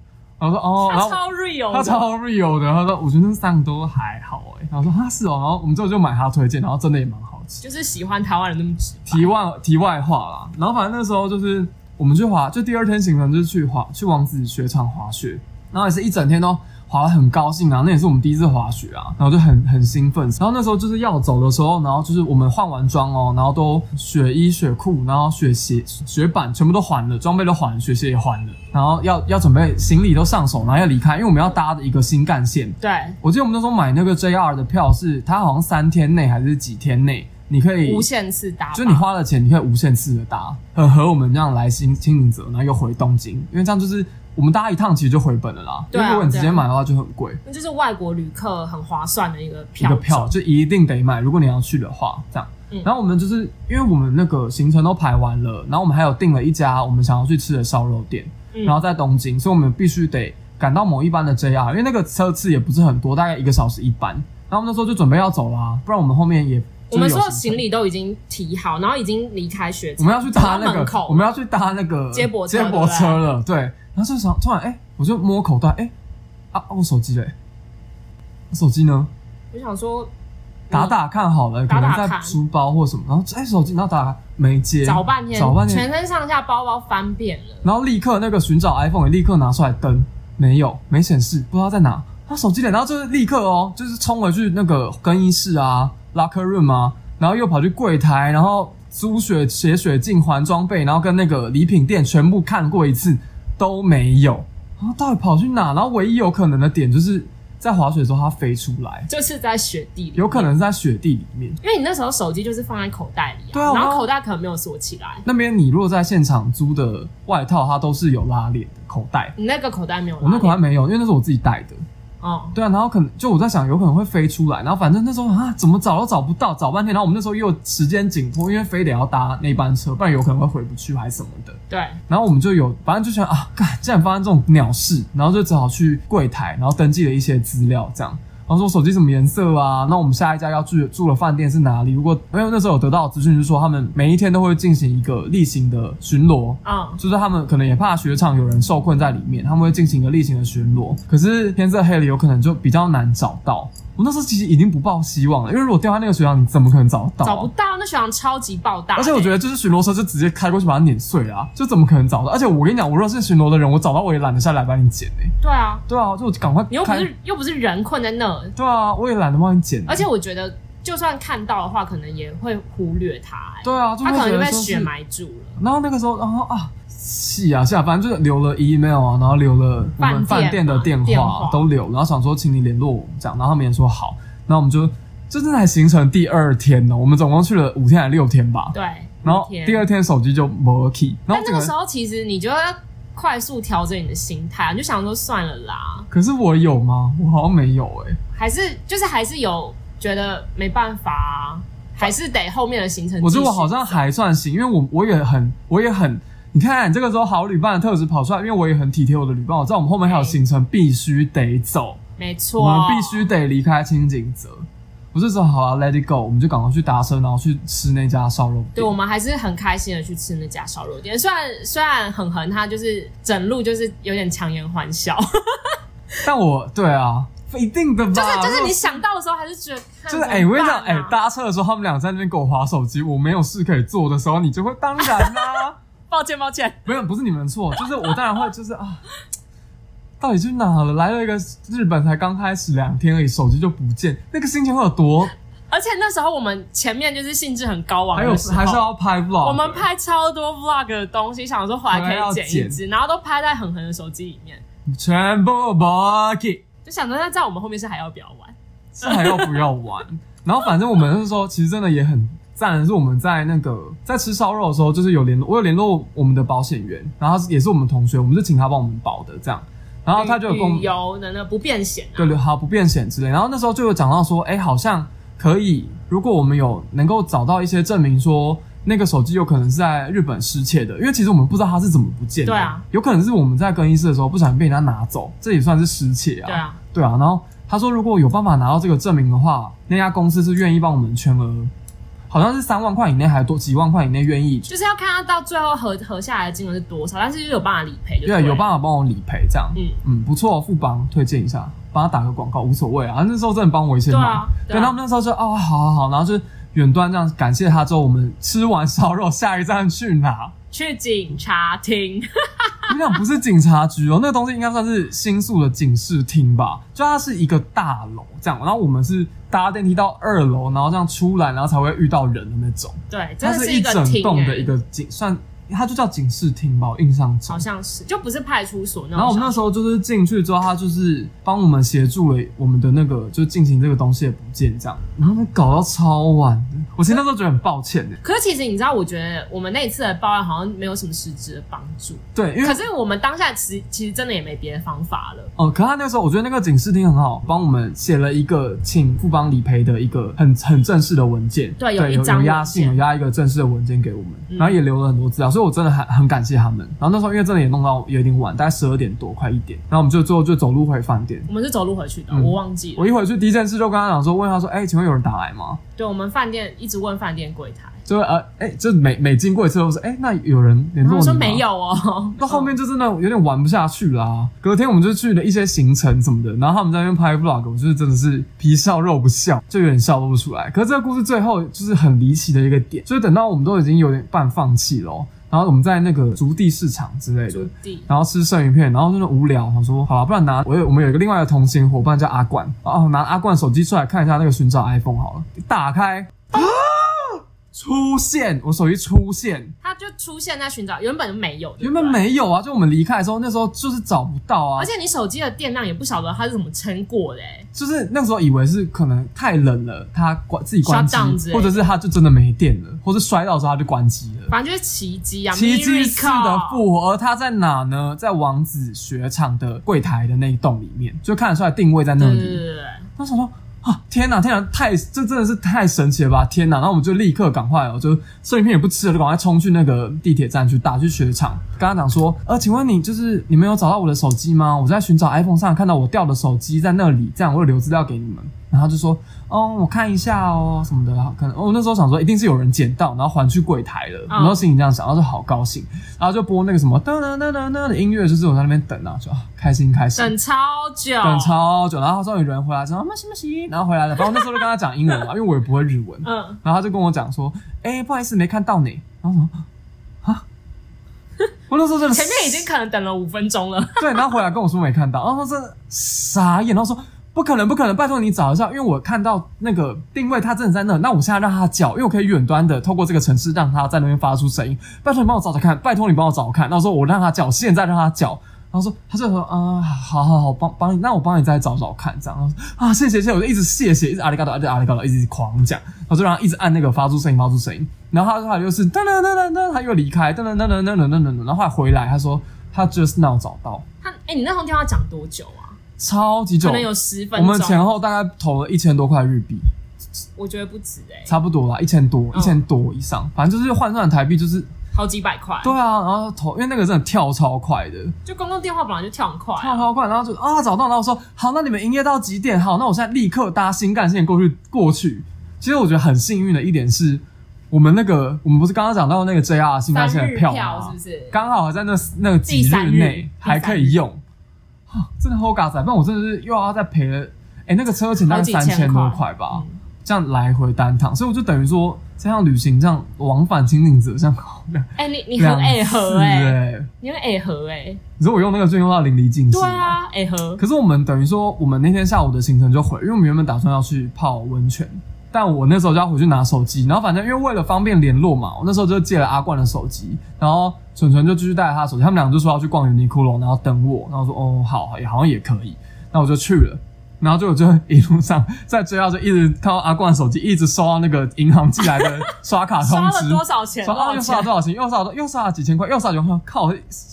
[SPEAKER 2] 然后说哦，然
[SPEAKER 1] 它
[SPEAKER 2] 后
[SPEAKER 1] 超 real，
[SPEAKER 2] 他
[SPEAKER 1] 的
[SPEAKER 2] 超 real 的，他说我觉得那三个都还好哎、欸。然后说啊是哦，然后我们之后就买他推荐，然后真的也蛮好吃。
[SPEAKER 1] 就是喜欢台湾人那么直白。
[SPEAKER 2] 题外题外话啦，然后反正那时候就是我们去滑，就第二天行程就是去滑去王子雪场滑雪，然后也是一整天都滑得很高兴啊，那也是我们第一次滑雪啊，然后就很很兴奋。然后那时候就是要走的时候，然后就是我们换完装哦，然后都雪衣、雪裤，然后雪鞋、雪板全部都还了，装备都还了，雪鞋也还了，然后要要准备行李都上手，然后要离开，因为我们要搭的一个新干线。
[SPEAKER 1] 对，
[SPEAKER 2] 我记得我们那时候买那个 JR 的票是，它好像三天内还是几天内，你可以
[SPEAKER 1] 无限次搭吧，
[SPEAKER 2] 就你花了钱，你可以无限次的搭，很合我们这样来新清明泽，然后又回东京，因为这样就是我们搭一趟其实就回本了啦。
[SPEAKER 1] 对啊
[SPEAKER 2] 因为如果你直接买的话就很贵，
[SPEAKER 1] 那就是外国旅客很划算的一个
[SPEAKER 2] 一
[SPEAKER 1] 票
[SPEAKER 2] 个
[SPEAKER 1] 种，
[SPEAKER 2] 票就一定得买，如果你要去的话，这样
[SPEAKER 1] 嗯。
[SPEAKER 2] 然后我们就是因为我们那个行程都排完了，然后我们还有订了一家我们想要去吃的烧肉店，
[SPEAKER 1] 嗯
[SPEAKER 2] 然后在东京，所以我们必须得赶到某一班的 JR，因为那个车次也不是很多，大概一个小时一班。然后我们那时候就准备要走啦，不然我们后面也
[SPEAKER 1] 我们所有
[SPEAKER 2] 行
[SPEAKER 1] 行
[SPEAKER 2] 李。
[SPEAKER 1] 李都已经提好，然后已经离开雪
[SPEAKER 2] 我
[SPEAKER 1] 场，
[SPEAKER 2] 们要去搭
[SPEAKER 1] 走
[SPEAKER 2] 那
[SPEAKER 1] 到门
[SPEAKER 2] 个
[SPEAKER 1] 口，
[SPEAKER 2] 我们要去搭那个
[SPEAKER 1] 接驳车
[SPEAKER 2] 接驳车了，对。然后就想突然哎、我就摸口袋，哎、啊啊我手机嘞、我手机呢？
[SPEAKER 1] 我想说
[SPEAKER 2] 打打看好了，可
[SPEAKER 1] 嗯打打
[SPEAKER 2] 能
[SPEAKER 1] 看
[SPEAKER 2] 在书包或什么。然后哎、手机，然后打打没接，
[SPEAKER 1] 找半天，
[SPEAKER 2] 找半
[SPEAKER 1] 全
[SPEAKER 2] 天，
[SPEAKER 1] 身上下包包翻遍了，
[SPEAKER 2] 然后立刻那个寻找 iPhone 也立刻拿出来登，没有，没显示，不知道在哪。他手机嘞，然后就是立刻哦，就是冲回去那个更衣室啊，locker room 啊，然后又跑去柜台，然后租血血水镜、还装备，然后跟那个礼品店全部看过一次，都没有。然后到底跑去哪？然后唯一有可能的点就是在滑雪的时候它飞出来，
[SPEAKER 1] 就是在雪地里，
[SPEAKER 2] 有可能是在雪地里面。
[SPEAKER 1] 因为你那时候手机就是放在口袋里、
[SPEAKER 2] 对啊
[SPEAKER 1] 然后
[SPEAKER 2] 我要
[SPEAKER 1] 口袋可能没有锁起来，
[SPEAKER 2] 那边你如果在现场租的外套，它都是有拉链的口袋，
[SPEAKER 1] 你那个口袋没有拉
[SPEAKER 2] 我
[SPEAKER 1] 链，
[SPEAKER 2] 那口袋没有，因为那是我自己带的。
[SPEAKER 1] 哦，
[SPEAKER 2] 对啊，然后可能就我在想，有可能会飞出来，然后反正那时候啊，怎么找都找不到，找半天，然后我们那时候又时间紧迫，因为非得要搭那班车，不然有可能会回不去还是什么的。
[SPEAKER 1] 对，
[SPEAKER 2] 然后我们就有，反正就想啊，干，竟然发生这种鸟事，然后就只好去柜台，然后登记了一些资料，这样。然后说手机什么颜色啊？那我们下一家要住住的饭店是哪里？如果因为那时候有得到的资讯，就是说他们每一天都会进行一个例行的巡逻，
[SPEAKER 1] 嗯，
[SPEAKER 2] 就是他们可能也怕雪场有人受困在里面，他们会进行一个例行的巡逻。可是天色黑了，有可能就比较难找到。我那时候其实已经不抱希望了，因为如果掉在那个雪场，你怎么可能找得到、啊
[SPEAKER 1] 找不到那啊学长超级爆大、
[SPEAKER 2] 而且我觉
[SPEAKER 1] 得
[SPEAKER 2] 得就是巡逻车就直接开过去把它碾碎啊，就怎么可能找到？而且我跟你讲，我若是巡逻的人，我找到我也懒得下来帮你捡诶、
[SPEAKER 1] 对啊，
[SPEAKER 2] 对啊，就我赶快
[SPEAKER 1] 你又不
[SPEAKER 2] 开
[SPEAKER 1] 是又不是人困在那，
[SPEAKER 2] 对啊，我也懒得帮你捡、
[SPEAKER 1] 而且我觉得就算看到的话，可能也会忽略它、欸，
[SPEAKER 2] 对啊，就
[SPEAKER 1] 它可能就
[SPEAKER 2] 会觉
[SPEAKER 1] 被
[SPEAKER 2] 得说
[SPEAKER 1] 雪
[SPEAKER 2] 是
[SPEAKER 1] 埋住了。
[SPEAKER 2] 然后那个时候，然后啊，是啊，是啊，反正就是留了 email 啊，然后留了我们饭店的电
[SPEAKER 1] 饭
[SPEAKER 2] 话
[SPEAKER 1] 店嘛
[SPEAKER 2] 都留，然后想说请你联络我们这样，然后他们也说好，然后我们就就这才行程第二天呢，我们总共去了五天还是六天吧，
[SPEAKER 1] 对，
[SPEAKER 2] 然后
[SPEAKER 1] 五天啊
[SPEAKER 2] 第二天手机就没 key，
[SPEAKER 1] 但
[SPEAKER 2] 然后
[SPEAKER 1] 那
[SPEAKER 2] 整个
[SPEAKER 1] 个时候其实你就要快速调整你的心态，啊你就想说算了啦，
[SPEAKER 2] 可是我有吗？我好像没有哎、
[SPEAKER 1] 还是就是还是有觉得没办法、啊，还是得后面的行程继续。
[SPEAKER 2] 我觉得我好像还算行，因为我我也很我也很，你看这个时候好旅伴的特质跑出来，因为我也很体贴我的旅伴，我知道我们后面还有行程必须得走。
[SPEAKER 1] 没错，
[SPEAKER 2] 我们必须得离开清景泽。我就说好啊，Let it go，我们就赶快去搭车，然后去吃那家烧肉
[SPEAKER 1] 对，
[SPEAKER 2] 店
[SPEAKER 1] 我。们还是很开心的去吃那家烧肉店，虽然虽然很横，他就是整路就是有点强颜欢笑，
[SPEAKER 2] 但我对啊，一定的 吧，
[SPEAKER 1] 就是就是你
[SPEAKER 2] 如
[SPEAKER 1] 想到的时候还是觉得看
[SPEAKER 2] 果啊就
[SPEAKER 1] 怎
[SPEAKER 2] 是
[SPEAKER 1] 么
[SPEAKER 2] 哎、我跟你讲，
[SPEAKER 1] 办
[SPEAKER 2] 哎、
[SPEAKER 1] 啊
[SPEAKER 2] 搭车的时候他们俩在那边给我划手机，我没有事可以做的时候，你就会当然啦、
[SPEAKER 1] 抱歉抱歉，
[SPEAKER 2] 没有不是你们的错，就是我当然会就是啊。到底去哪了？来了一个日本，才刚开始两天而已，手机就不见，那个心情会有多？
[SPEAKER 1] 而且那时候我们前面就是兴致很高昂
[SPEAKER 2] 还有
[SPEAKER 1] 的时候，
[SPEAKER 2] 还是要拍 vlog，
[SPEAKER 1] 我们拍超多 vlog 的东西，想说回来可以剪一支，然后都拍在恒恒的手机里面，
[SPEAKER 2] 全部 block。
[SPEAKER 1] 就想着那在我们后面是还要不要玩？
[SPEAKER 2] 是还要不要玩？ 然后反正我们那时候其实真的也很赞，是我们在那个在吃烧肉的时候，就是有联络，我有联络我们的保险员，然后他是也是我们同学，我们是请他帮我们保的这样，然后他就有跟我们
[SPEAKER 1] 旅游的那不变险啊，
[SPEAKER 2] 对好不变险之类，然后那时候就有讲到说，哎、好像可以，如果我们有能够找到一些证明说。那个手机有可能是在日本失窃的，因为其实我们不知道它是怎么不见的，
[SPEAKER 1] 对啊，
[SPEAKER 2] 有可能是我们在更衣室的时候不小心被人家拿走，这也算是失窃
[SPEAKER 1] 对啊，
[SPEAKER 2] 对啊，然后他说如果有办法拿到这个证明的话，那家公司是愿意帮我们全额，好像是三万块以内，还多几万块以内愿意，
[SPEAKER 1] 就是要看他到最后合合下来的金额是多少，但是就是有办法理赔就
[SPEAKER 2] 对，有办法帮我理赔这样。
[SPEAKER 1] 嗯
[SPEAKER 2] 嗯，不错，富邦推荐一下，帮他打个广告无所谓啊。那时候真的帮我一些
[SPEAKER 1] 对
[SPEAKER 2] 忙，
[SPEAKER 1] 啊，对
[SPEAKER 2] 对，他
[SPEAKER 1] 啊
[SPEAKER 2] 们，那时候就哦，好好好，然后就远端这样感谢他之后，我们吃完烧肉，下一站去哪？
[SPEAKER 1] 去警察厅，
[SPEAKER 2] 我想不是警察局哦，那个东西应该算是新宿的警视厅吧，就它是一个大楼这样，然后我们是搭电梯到二楼，然后这样出来，然后才会遇到人的那种。
[SPEAKER 1] 对，真
[SPEAKER 2] 它
[SPEAKER 1] 的
[SPEAKER 2] 是
[SPEAKER 1] 一
[SPEAKER 2] 一
[SPEAKER 1] 个
[SPEAKER 2] 整
[SPEAKER 1] 厅、
[SPEAKER 2] 栋
[SPEAKER 1] 欸，
[SPEAKER 2] 的一个警，算它就叫警视厅吧，我印象中
[SPEAKER 1] 好。像是，就不是派出所那种。
[SPEAKER 2] 然后我们那时候就是进去之后，他就是帮我们协助了我们的那个，就进行这个东西的不见这样，然后他们搞到超晚的，我其实那时候觉得很抱歉的，
[SPEAKER 1] 可是其实你知道，我觉得我们那一次的报案好像没有什么实质的帮助。
[SPEAKER 2] 对，因为
[SPEAKER 1] 可是我们当下其实其实真的也没别的方法了。
[SPEAKER 2] 哦，可他那个时候，我觉得那个警视厅很好，帮我们写了一个请富邦理赔的一个很很正式的文件，
[SPEAKER 1] 对有
[SPEAKER 2] 有
[SPEAKER 1] 一张
[SPEAKER 2] 有压
[SPEAKER 1] 文
[SPEAKER 2] 信，
[SPEAKER 1] 件
[SPEAKER 2] 有压一个正式的文件给我们，
[SPEAKER 1] 嗯
[SPEAKER 2] 然后也留了很多资料，所以我真的很很感谢他们。然后那时候因为真的也弄到有点晚，大概十二点多，快一点，然后我们就最后就走路回饭店。
[SPEAKER 1] 我们是走路回去的，
[SPEAKER 2] 嗯
[SPEAKER 1] 我忘记了。
[SPEAKER 2] 我一回去第一件事就跟他讲说，问他说，哎、请问有人打来吗？
[SPEAKER 1] 对，我们饭店一直问饭店柜台，
[SPEAKER 2] 就是呃，哎、就每每经过一次，我说，哎、那有人联
[SPEAKER 1] 他们
[SPEAKER 2] 络你吗？
[SPEAKER 1] 说没有哦。
[SPEAKER 2] 到后面就真的有点玩不下去啦、隔天我们就去了一些行程什么的，然后他们在那边拍 vlog，我就是真的是皮笑肉不笑，就有点笑不出来。可是这个故事最后就是很离奇的一个点，就是等到我们都已经有点半放弃了哦、然后我们在那个竹地市场之类
[SPEAKER 1] 朱
[SPEAKER 2] 的。
[SPEAKER 1] 棣，
[SPEAKER 2] 然后吃生鱼片，然后真的无聊，想说好了，不然拿我有我们有一个另外的同行伙伴叫阿冠，哦，拿阿冠手机出来看一下那个寻找 iPhone 好了，一打开啊，出现我手机出现，
[SPEAKER 1] 他就出现在寻找，原本没有，对
[SPEAKER 2] 原
[SPEAKER 1] 不对
[SPEAKER 2] 本。没有啊，就我们离开的时候，那时候就是找不到啊
[SPEAKER 1] 而，且你手机的电量也不晓得它是怎么撑过的、欸，
[SPEAKER 2] 就是那时候以为是可能太冷了，它关自己关机
[SPEAKER 1] Shutdown 之类，的
[SPEAKER 2] 或者是它就真的没电了，或是摔到的时候它就关机了。
[SPEAKER 1] 反正就是奇迹啊，
[SPEAKER 2] 奇迹式的
[SPEAKER 1] miracle
[SPEAKER 2] 复活，而它在哪呢？在王子雪场的柜台的那一栋里面，就看得出来定位在那
[SPEAKER 1] 对对
[SPEAKER 2] 里。
[SPEAKER 1] 对对对，
[SPEAKER 2] 那时候说啊，啊，天哪，天哪，太这真的是太神奇了吧！天哪，然后我们就立刻赶快哦，就生鱼片也不吃了，就赶快冲去那个地铁站去打去雪场，跟他讲说，呃，请问你就是你们有找到我的手机吗？我在寻找 iPhone 上看到我掉的手机在那里，这样我有留资料给你们。然后他就说，哦，我看一下哦什么的，可能我、哦、那时候想说一定是有人捡到，然后还去柜台了，然后心里这样想，然后就好高兴，然后就播那个什么噔噔噔噔噔的音乐，就是我在那边等啊，就啊开心开心。
[SPEAKER 1] 等超久，
[SPEAKER 2] 等超久，然后终于有人回来说“么啊西么西”，然后回来了。反正我那时候就跟他讲英文嘛，因为我也不会日 文。
[SPEAKER 1] 嗯，
[SPEAKER 2] 然后他就跟我讲说：“哎、不好意思，没看到你。”然后我说：“啊，我那时候真的
[SPEAKER 1] 前面已经可能等了五分钟了，
[SPEAKER 2] 对，然后回来跟我说没看到，然后真的傻眼，然后说不可能，不可能，拜托你找一下，因为我看到那个定位，它真的在那，那我现在让它叫，因为我可以远端的透过这个城市让它在那边发出声音，拜托你帮我找找看，拜托你帮我找看，然后说我让它叫，现在让它叫。然后说，他就说啊，好好好，帮帮你，那我帮你再找找看，这样。然后说啊，谢谢谢谢，我就一直谢谢，一直阿里嘎多，一直阿里嘎多，一直狂讲。然后就让他一直按那个发出声音，发出声音。然后他后来就是噔噔噔噔噔，他又离开，噔噔噔噔噔噔噔噔。然后后来回来，他说他 just now 找到，
[SPEAKER 1] 他哎、你那通电话讲多久啊？
[SPEAKER 2] 超级久，
[SPEAKER 1] 可能有十分钟，
[SPEAKER 2] 我们前后大概投了一千多块日币，
[SPEAKER 1] 我觉得不止哎、嗯
[SPEAKER 2] 差不多啦，一千多，一千多以上，反正就是换算台币就是，
[SPEAKER 1] 好几百块。
[SPEAKER 2] 对啊，然后投，因为那个真的跳超快的，
[SPEAKER 1] 就公共电话本来就跳很快啊、
[SPEAKER 2] 跳超快，然后就啊找到，然后说好，那你们营业到几点？好，那我现在立刻搭新干线过去过去。其实我觉得很幸运的一点是，我们那个我们不是刚刚讲到那个 JR 新干线
[SPEAKER 1] 三
[SPEAKER 2] 的
[SPEAKER 1] 日
[SPEAKER 2] 票
[SPEAKER 1] 票
[SPEAKER 2] 吗
[SPEAKER 1] 是不？是？
[SPEAKER 2] 刚好还在那那个几
[SPEAKER 1] 第三日
[SPEAKER 2] 内还可以用，啊真的好嘎仔，不然我真的是又要再赔了。哎、那个车钱大概
[SPEAKER 1] 好几
[SPEAKER 2] 三
[SPEAKER 1] 千
[SPEAKER 2] 千多
[SPEAKER 1] 块
[SPEAKER 2] 块吧，
[SPEAKER 1] 嗯
[SPEAKER 2] 这样来回单趟，所以我就等于说这样旅行这样往返清景泽这样好像
[SPEAKER 1] 哎、你你很
[SPEAKER 2] 两
[SPEAKER 1] 爱
[SPEAKER 2] 次
[SPEAKER 1] 合哎、
[SPEAKER 2] 哎。
[SPEAKER 1] 你很爱合哎、
[SPEAKER 2] 你说我用那个券用到淋漓尽致
[SPEAKER 1] 对
[SPEAKER 2] 吗？
[SPEAKER 1] 啊，爱合。
[SPEAKER 2] 可是我们等于说，我们那天下午的行程就毁，因为我们原本打算要去泡温泉，但我那时候就要回去拿手机，然后反正因为为了方便联络嘛，我那时候就借了阿冠的手机，然后蠢蠢就继续带着他的手机，他们两个就说要去逛云尼骷髅，然后等我，然后说哦好，也好像也可以，那我就去了。然后就我就一路上在追到，就一直看到阿冠的手机，一直收到那个银行寄来的 刷卡通
[SPEAKER 1] 刷
[SPEAKER 2] 知，
[SPEAKER 1] 了多少钱？
[SPEAKER 2] 说
[SPEAKER 1] 多
[SPEAKER 2] 啊，
[SPEAKER 1] 少
[SPEAKER 2] 又
[SPEAKER 1] 钱
[SPEAKER 2] 刷了？多少钱？又刷了多又刷了几千块，又刷了几千块。靠，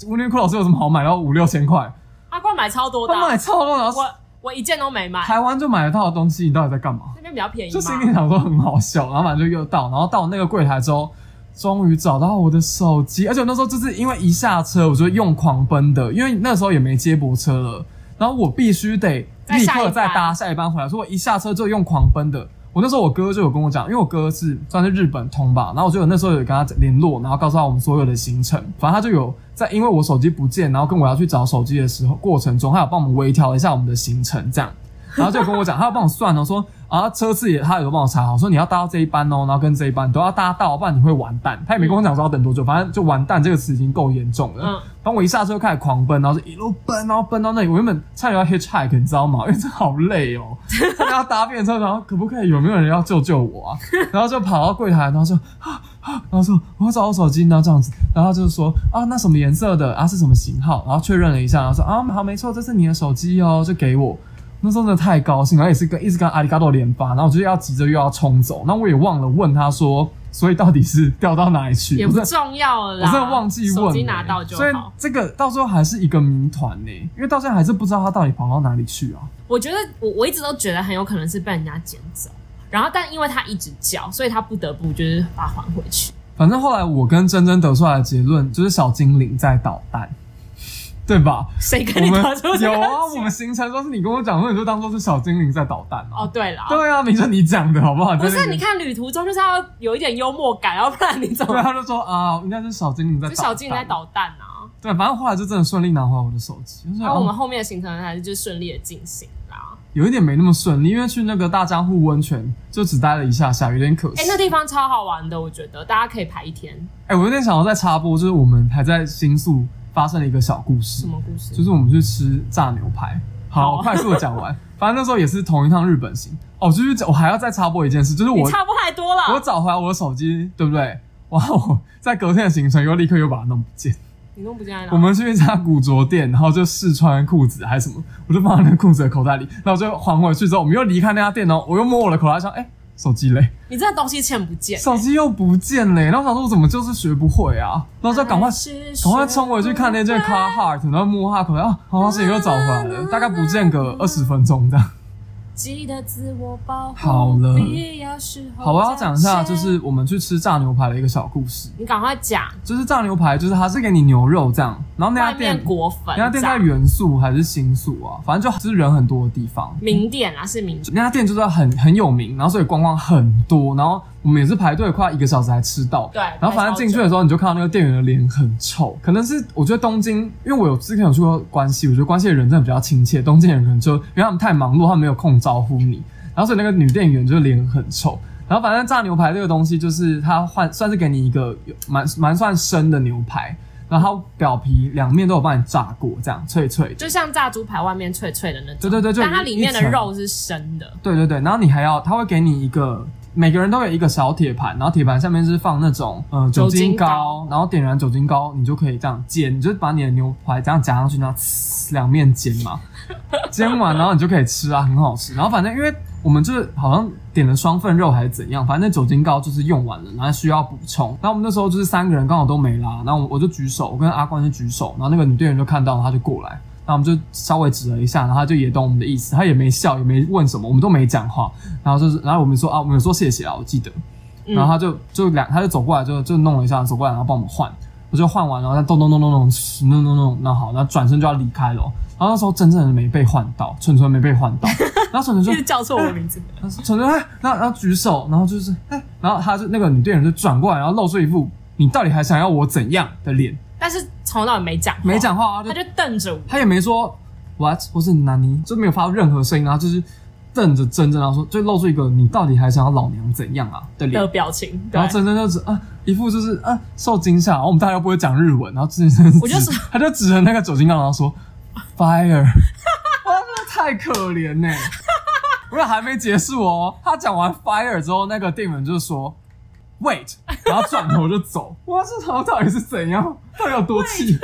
[SPEAKER 2] 无缘骷髅是有什么好买到五六千块？
[SPEAKER 1] 阿冠买超多的
[SPEAKER 2] 他
[SPEAKER 1] 啊、
[SPEAKER 2] 买超多，然后
[SPEAKER 1] 我我一件都没买，
[SPEAKER 2] 台湾就买得到的东西，你到底在干嘛？
[SPEAKER 1] 那边比较便宜
[SPEAKER 2] 就心
[SPEAKER 1] 嘛。
[SPEAKER 2] 里想说很好笑，然后反正就又到，然后到那个柜台之后，终于找到我的手机，而且我那时候就是因为一下车我就用狂奔的，因为那时候也没接驳车了，然后我必须得
[SPEAKER 1] 再
[SPEAKER 2] 立
[SPEAKER 1] 下一
[SPEAKER 2] 刻再
[SPEAKER 1] 班
[SPEAKER 2] 搭下一班回来，所以我一下车就用狂奔的。我那时候我哥就有跟我讲，因为我哥是算是日本通吧，然后我就有那时候有跟他联络，然后告诉他我们所有的行程，反正他就有在因为我手机不见，然后跟我要去找手机的时候过程中，他有帮我们微调了一下我们的行程这样。然后就跟我讲，他要帮我算哦，说啊车次也他有帮我查好，说你要搭到这一班哦，然后跟这一班都要搭到，不然你会完蛋。他也没跟我讲说要等多久，反正就完蛋这个词已经够严重了。
[SPEAKER 1] 嗯，
[SPEAKER 2] 然后我一下车就开始狂奔，然后就一路奔，然后奔到那里，我原本差点要 hitchhike，你知道吗？因为这好 累哦，差点要搭便车，然后可不可以有没有人要救救我啊？然后就跑到柜台，然后说啊啊，然后说我要找我手机，然后这样子，然后他就说啊那什么颜色的啊是什么型号，然后确认了一下，然后说啊好没错，这是你的手机哦，就给我。那时候真的太高兴，然后也是跟一直跟阿里嘎多连发，然后我就要急着又要冲走，那我也忘了问他说，所以到底是掉到哪里去？
[SPEAKER 1] 也
[SPEAKER 2] 我
[SPEAKER 1] 不
[SPEAKER 2] 真的
[SPEAKER 1] 重要了
[SPEAKER 2] 我
[SPEAKER 1] 啦。
[SPEAKER 2] 真的忘记问了、欸
[SPEAKER 1] 手机拿到就
[SPEAKER 2] 所以
[SPEAKER 1] 好。
[SPEAKER 2] 这个到最后还是一个谜团呢，因为到现在还是不知道他到底跑到哪里去啊。
[SPEAKER 1] 我觉得我我一直都觉得很有可能是被人家捡走，然后但因为他一直叫，所以他不得不就是把它还回去。
[SPEAKER 2] 反正后来我跟珍珍得出来的结论就是小精灵在捣蛋，对吧？
[SPEAKER 1] 谁
[SPEAKER 2] 我
[SPEAKER 1] 跟 你
[SPEAKER 2] 们
[SPEAKER 1] 打出这
[SPEAKER 2] 有
[SPEAKER 1] 个
[SPEAKER 2] 啊，我们行程都是你跟我讲说，你就当做是小精灵在捣蛋啊。
[SPEAKER 1] 哦，对了，
[SPEAKER 2] 对啊，明哲你讲的好不好？
[SPEAKER 1] 不
[SPEAKER 2] 在那
[SPEAKER 1] 是，
[SPEAKER 2] 边
[SPEAKER 1] 你看旅途中就是要有一点幽默感，要不然你怎
[SPEAKER 2] 对，
[SPEAKER 1] 么？
[SPEAKER 2] 他就说啊，应该是小精灵在
[SPEAKER 1] 就
[SPEAKER 2] 捣
[SPEAKER 1] 小静在。捣蛋啊。
[SPEAKER 2] 对，反正后来就真的顺利拿回我的手机，就是哦
[SPEAKER 1] 然啊后我们后面的行程还是就顺利的进行啦。
[SPEAKER 2] 有一点没那么顺利，因为去那个大江户温泉就只待了一下下，有点可惜。
[SPEAKER 1] 哎、那地方超好玩的，我觉得大家可以排一天。
[SPEAKER 2] 哎、我有点想要再插播，就是我们还在新宿发生了一个小故事
[SPEAKER 1] 什，么故事？
[SPEAKER 2] 就是我们去吃炸牛排。
[SPEAKER 1] 好
[SPEAKER 2] 好，
[SPEAKER 1] 啊
[SPEAKER 2] 快速的讲完。反正那时候也是同一趟日本行。哦，就是讲我还要再插播一件事，就是
[SPEAKER 1] 你
[SPEAKER 2] 我
[SPEAKER 1] 差不太多
[SPEAKER 2] 我
[SPEAKER 1] 了。
[SPEAKER 2] 找回来我的手机，对不对？然后我在隔天的行程又立刻又把它弄不见。
[SPEAKER 1] 你弄不进来了。
[SPEAKER 2] 我们去一家古着店，然后就试穿裤子还是什么，我就放在那个裤子的口袋里，然后就还回去之后，我们又离开那家店哦，我又摸我的口袋想，哎、手机嘞。
[SPEAKER 1] 你这东西欠不见、
[SPEAKER 2] 手机又不见了耶、然后想说我怎么就是学不会啊，然
[SPEAKER 1] 哎
[SPEAKER 2] 后就赶快赶快冲回去看那件 Car Heart，然后摸它口袋啊，好像是又找回来了，大概不见个二十分钟这样。
[SPEAKER 3] 记得自我保护。
[SPEAKER 2] 好了
[SPEAKER 3] 必要时候
[SPEAKER 2] 好，我要讲一下，
[SPEAKER 3] 展
[SPEAKER 2] 就
[SPEAKER 3] 现
[SPEAKER 2] 是我们去吃炸牛排的一个小故事。
[SPEAKER 1] 你赶快讲，
[SPEAKER 2] 就是炸牛排，就是它是给你牛肉这样，然后那
[SPEAKER 1] 外
[SPEAKER 2] 家
[SPEAKER 1] 面
[SPEAKER 2] 店
[SPEAKER 1] 果粉
[SPEAKER 2] 那家店在
[SPEAKER 1] 炸
[SPEAKER 2] 元素还是新宿啊，反正就是人很多的地方。
[SPEAKER 1] 名店啊，是名店。
[SPEAKER 2] 那家店就是很很有名，然后所以观光很多，然后我们也是排队快一个小时才吃到。
[SPEAKER 1] 对
[SPEAKER 2] 然后反正进去的时候，你就看到那个店员的脸很臭，可能是我觉得东京，因为我有之前有去过关西，我觉得关西的人真的比较亲切，东京的人可能就因为他们太忙碌，他们没有空招呼你，然后所以那个女店员就脸很臭。然后反正炸牛排这个东西，就是它换算是给你一个有蛮蛮算生的牛排，然后它表皮两面都有帮你炸过，这样脆脆的。
[SPEAKER 1] 就像炸猪排外面脆脆的那种，
[SPEAKER 2] 对对对就
[SPEAKER 1] 但它
[SPEAKER 2] 一
[SPEAKER 1] 里面的
[SPEAKER 2] 一层
[SPEAKER 1] 肉是生的，
[SPEAKER 2] 对对对，然后你还要，他会给你一个，每个人都有一个小铁盘，然后铁盘下面是放那种嗯、呃、
[SPEAKER 1] 酒
[SPEAKER 2] 酒
[SPEAKER 1] 精
[SPEAKER 2] 精
[SPEAKER 1] 膏
[SPEAKER 2] 膏，然后点燃酒精膏，你就可以这样煎，你就把你的牛排这样夹上去，然后呲两面煎 嘛，煎完然后你就可以吃啊，很好吃。然后反正因为我们就是好像点了双份肉还是怎样，反正那酒精膏就是用完了，然后需要补充。然后我们那时候就是三个人刚好都没啊拉，然后我我就举手，我跟阿关就举手，然后那个女店员就看到了，她就过来。然后我们就稍微指了一下，然后他就也懂我们的意思，他也没笑，也没问什么，我们都没讲话。然后就是，然后我们说啊，我们有说谢谢啊，我记得。
[SPEAKER 1] 嗯
[SPEAKER 2] 然后他就就两，他就走过来就就弄了一下，走过来然后帮我们换，我就换完，然后他咚咚咚咚咚咚咚咚哎咚，那好，那转身就要离开了哦。然后那时候真正的没被换到，纯纯没被换到，然后纯纯就
[SPEAKER 1] 一直叫错我的 名字。
[SPEAKER 2] 他说陈真，哎，然后然后举手，然后就是，哎，然后他就那个女店员就转过来，然后露出一副你到底还想要我怎样的脸，
[SPEAKER 1] 但是从头到尾没讲，
[SPEAKER 2] 没，讲话啊，就
[SPEAKER 1] 他就瞪着我，
[SPEAKER 2] 他也没说 what 或是哪尼，就没有发出任何声音啊，然后就是瞪着真真，然后说，就露出一个你到底还想要老娘怎样啊的脸
[SPEAKER 1] 的，表情。对
[SPEAKER 2] 然，后真真就是啊，一副就是啊受惊吓，然后我们大家又不会讲日文，然后真真
[SPEAKER 1] 我就
[SPEAKER 2] 指
[SPEAKER 1] 是
[SPEAKER 2] 他就指着那个酒精缸，然后说 fire，哇，真的太可怜呢、欸。不是还没结束哦，他讲完 fire 之后，那个店员就说 wait，然后转头就走。哇，这头到底是怎样？到底有多气？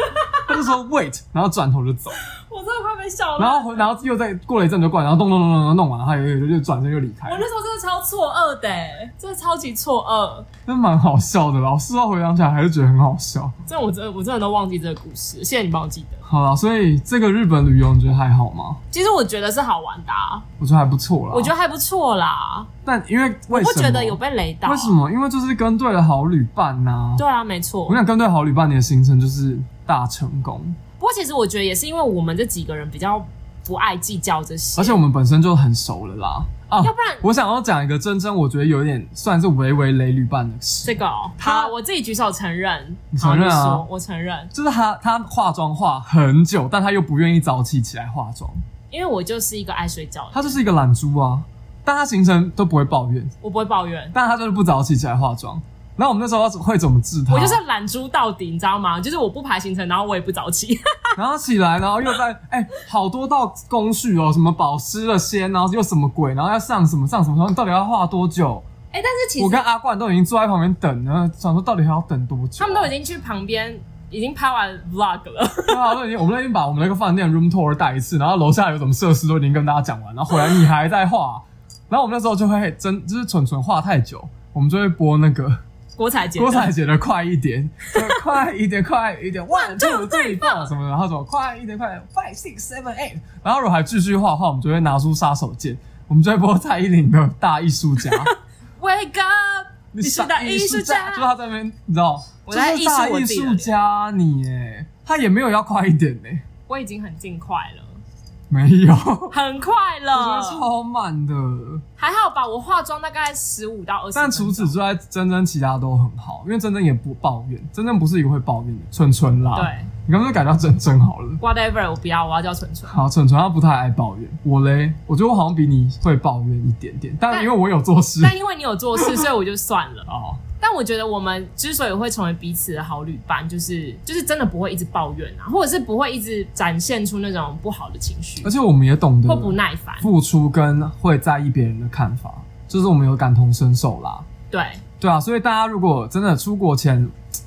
[SPEAKER 2] 他就说 wait，然后转头就走。
[SPEAKER 1] 我真的快被笑
[SPEAKER 2] 然
[SPEAKER 1] 了。
[SPEAKER 2] 后然后又再过了一阵子就过来，然后咚咚咚咚咚弄完，然后他又又又转身又离开
[SPEAKER 1] 我
[SPEAKER 2] 了，
[SPEAKER 1] 那时候真的超错愕的、欸真的超级错愕。
[SPEAKER 2] 真蛮好笑的啦。我事后回想起来还是觉得很好笑。
[SPEAKER 1] 这我真的我真的都忘记这个故事，谢谢你帮我记得。
[SPEAKER 2] 好啦，所以这个日本旅游你觉得还好吗？
[SPEAKER 1] 其实我觉得是好玩的、啊，
[SPEAKER 2] 我觉得还不错啦。
[SPEAKER 1] 我觉得还不错啦。
[SPEAKER 2] 但因为
[SPEAKER 1] 我
[SPEAKER 2] 为什么？
[SPEAKER 1] 不觉得有被雷到，啊
[SPEAKER 2] 为什？么？因为就是跟对了好旅伴呐、
[SPEAKER 1] 对啊，没错
[SPEAKER 2] 我跟。你讲，跟对好旅伴，你的行程就是大成功。
[SPEAKER 1] 不过其实我觉得也是因为我们这几个人比较不爱计较这些，
[SPEAKER 2] 而且我们本身就很熟了啦。啊，
[SPEAKER 1] 要不然
[SPEAKER 2] 我想要讲一个真真，我觉得有点算是微微雷旅伴的事，
[SPEAKER 1] 这个、哦、
[SPEAKER 2] 他
[SPEAKER 1] 好，我自己举手承认，
[SPEAKER 2] 你承认啊
[SPEAKER 1] 好你说我承认，
[SPEAKER 2] 就是她她化妆化很久，但她又不愿意早起起来化妆，
[SPEAKER 1] 因为我就是一个爱睡觉的人，
[SPEAKER 2] 她就是一个懒猪啊。但她行程都不会抱怨，
[SPEAKER 1] 我不会抱怨。
[SPEAKER 2] 但她就是不早起起来化妆。然后我们那时候要会怎么治她？
[SPEAKER 1] 我就是啊懒猪到底，你知道吗？就是我不排行程，然后我也不早起，
[SPEAKER 2] 然后起来，然后又在 哎、好多道工序哦，什么保湿了先，然后又什么鬼，然后要上什么上什么，然后你到底要画多久？
[SPEAKER 1] 哎、但是其
[SPEAKER 2] 我
[SPEAKER 1] 实
[SPEAKER 2] 跟阿冠都已经坐在旁边等了，想说到底还要等多久啊、
[SPEAKER 1] 他们都已经去旁边，已经拍完 vlog 了。
[SPEAKER 2] 对啊，都已经我们都已经把我们那个饭店 room tour 带一次，然后楼下有什么设施都已经跟大家讲完，然后回来你还在画，然后我们那时候就会真就是蠢蠢画太久，我们就会播那个
[SPEAKER 1] 郭采洁的，
[SPEAKER 2] 郭采洁的快一点，就 快一点，快 一点，one two three four 什么的，然后什么快一点，快 five six seven eight，然后如果还继续画的话，我们就会拿出杀手锏，我们就会播蔡依林的《大艺术家》。
[SPEAKER 1] Wake up！你是
[SPEAKER 2] 傻
[SPEAKER 1] 大艺术家
[SPEAKER 2] 就是他在那边，你知道，
[SPEAKER 1] 我在
[SPEAKER 2] 就是大
[SPEAKER 1] 艺术我
[SPEAKER 2] 艺
[SPEAKER 1] 自己的
[SPEAKER 2] 术家你耶，他也没有要快一点呢，
[SPEAKER 1] 我已经很尽快了，
[SPEAKER 2] 没 有，我
[SPEAKER 1] 很快
[SPEAKER 2] 觉得
[SPEAKER 1] 了，
[SPEAKER 2] 超慢的。
[SPEAKER 1] 还好吧？我化妆大概十五到二十，
[SPEAKER 2] 但除此之外，珍珍其他都很好，因为珍珍也不抱怨，珍珍不是一个会抱怨的，纯纯啦。
[SPEAKER 1] 对
[SPEAKER 2] 你刚刚就改叫珍珍好了。
[SPEAKER 1] whatever，我不要，我要叫纯纯。
[SPEAKER 2] 好，蠢蠢他不太爱抱怨，我嘞，我觉得我好像比你会抱怨一点点，但
[SPEAKER 1] 但
[SPEAKER 2] 因为我有做事
[SPEAKER 1] 但因为你有做事，所以我就算了。
[SPEAKER 2] 哦，
[SPEAKER 1] 但我觉得我们之所以会成为彼此的好旅伴，就是就是真的不会一直抱怨啊，或者是不会一直展现出那种不好的情绪
[SPEAKER 2] 而，且嗯我们也懂
[SPEAKER 1] 或不
[SPEAKER 2] 得
[SPEAKER 1] 耐烦。
[SPEAKER 2] 付出跟会在意别人的看法，就是我们有感同身受啦，
[SPEAKER 1] 对，
[SPEAKER 2] 对啊，所以大家如果真的出国前，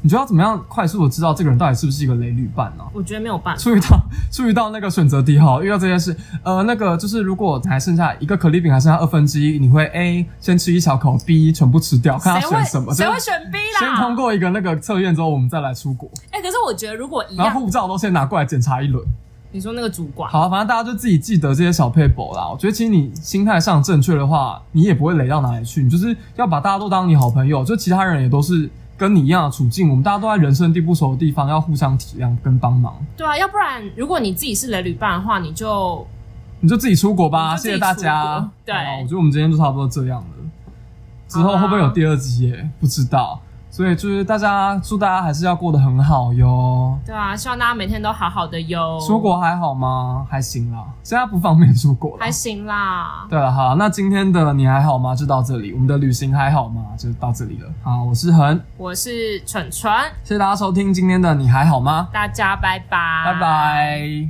[SPEAKER 2] 你觉得要怎么样快速的知道这个人到底是不是一个雷旅伴呢、
[SPEAKER 1] 我觉得没有办法。
[SPEAKER 2] 注意到注意到那个选择题哈，遇到这件事，呃，那个就是如果还剩下一个可丽饼，还剩下二分之一，你会 A 先吃一小口，B 全部吃掉，看
[SPEAKER 1] 谁
[SPEAKER 2] 他
[SPEAKER 1] 会
[SPEAKER 2] 选什么，
[SPEAKER 1] 谁
[SPEAKER 2] 就
[SPEAKER 1] 会
[SPEAKER 2] 是
[SPEAKER 1] 选 B 啦？
[SPEAKER 2] 先通过一个那个测验之后，我们再来出国。
[SPEAKER 1] 哎、可是我觉得如果一
[SPEAKER 2] 然
[SPEAKER 1] 样
[SPEAKER 2] 后护照都先拿过来检查一轮，
[SPEAKER 1] 你说那个主管，
[SPEAKER 2] 好啊，反正大家就自己记得这些小配博啦。我觉得其实你心态上正确的话，你也不会累到哪里去。你就是要把大家都当你好朋友，就其他人也都是跟你一样的处境，我们大家都在人生地不熟的地方，要互相体谅跟帮忙。
[SPEAKER 1] 对啊，要不然如果你自己是雷旅伴的话，你就
[SPEAKER 2] 你就自己出国
[SPEAKER 1] 你
[SPEAKER 2] 吧，
[SPEAKER 1] 就自
[SPEAKER 2] 谢
[SPEAKER 1] 己
[SPEAKER 2] 谢大
[SPEAKER 1] 出
[SPEAKER 2] 家
[SPEAKER 1] 国。对
[SPEAKER 2] 好啊我觉得我们今天就差不多这样了。之
[SPEAKER 1] 好
[SPEAKER 2] 后
[SPEAKER 1] 啊
[SPEAKER 2] 会不会有第二集也不知道，所以就是大家祝大家还是要过得很好哟。
[SPEAKER 1] 对啊，希望大家每天都好好的哟。
[SPEAKER 2] 出国还好吗？还行啦，现在不方便出国啦
[SPEAKER 1] 还。行啦，
[SPEAKER 2] 对了，啊好，那今天的你还好吗？就到这里，我们的旅行还好吗？就到这里了。好，我是恒，
[SPEAKER 1] 我是蠢蠢，
[SPEAKER 2] 谢谢大家收听今天的你还好吗？
[SPEAKER 1] 大家拜拜，
[SPEAKER 2] 拜拜。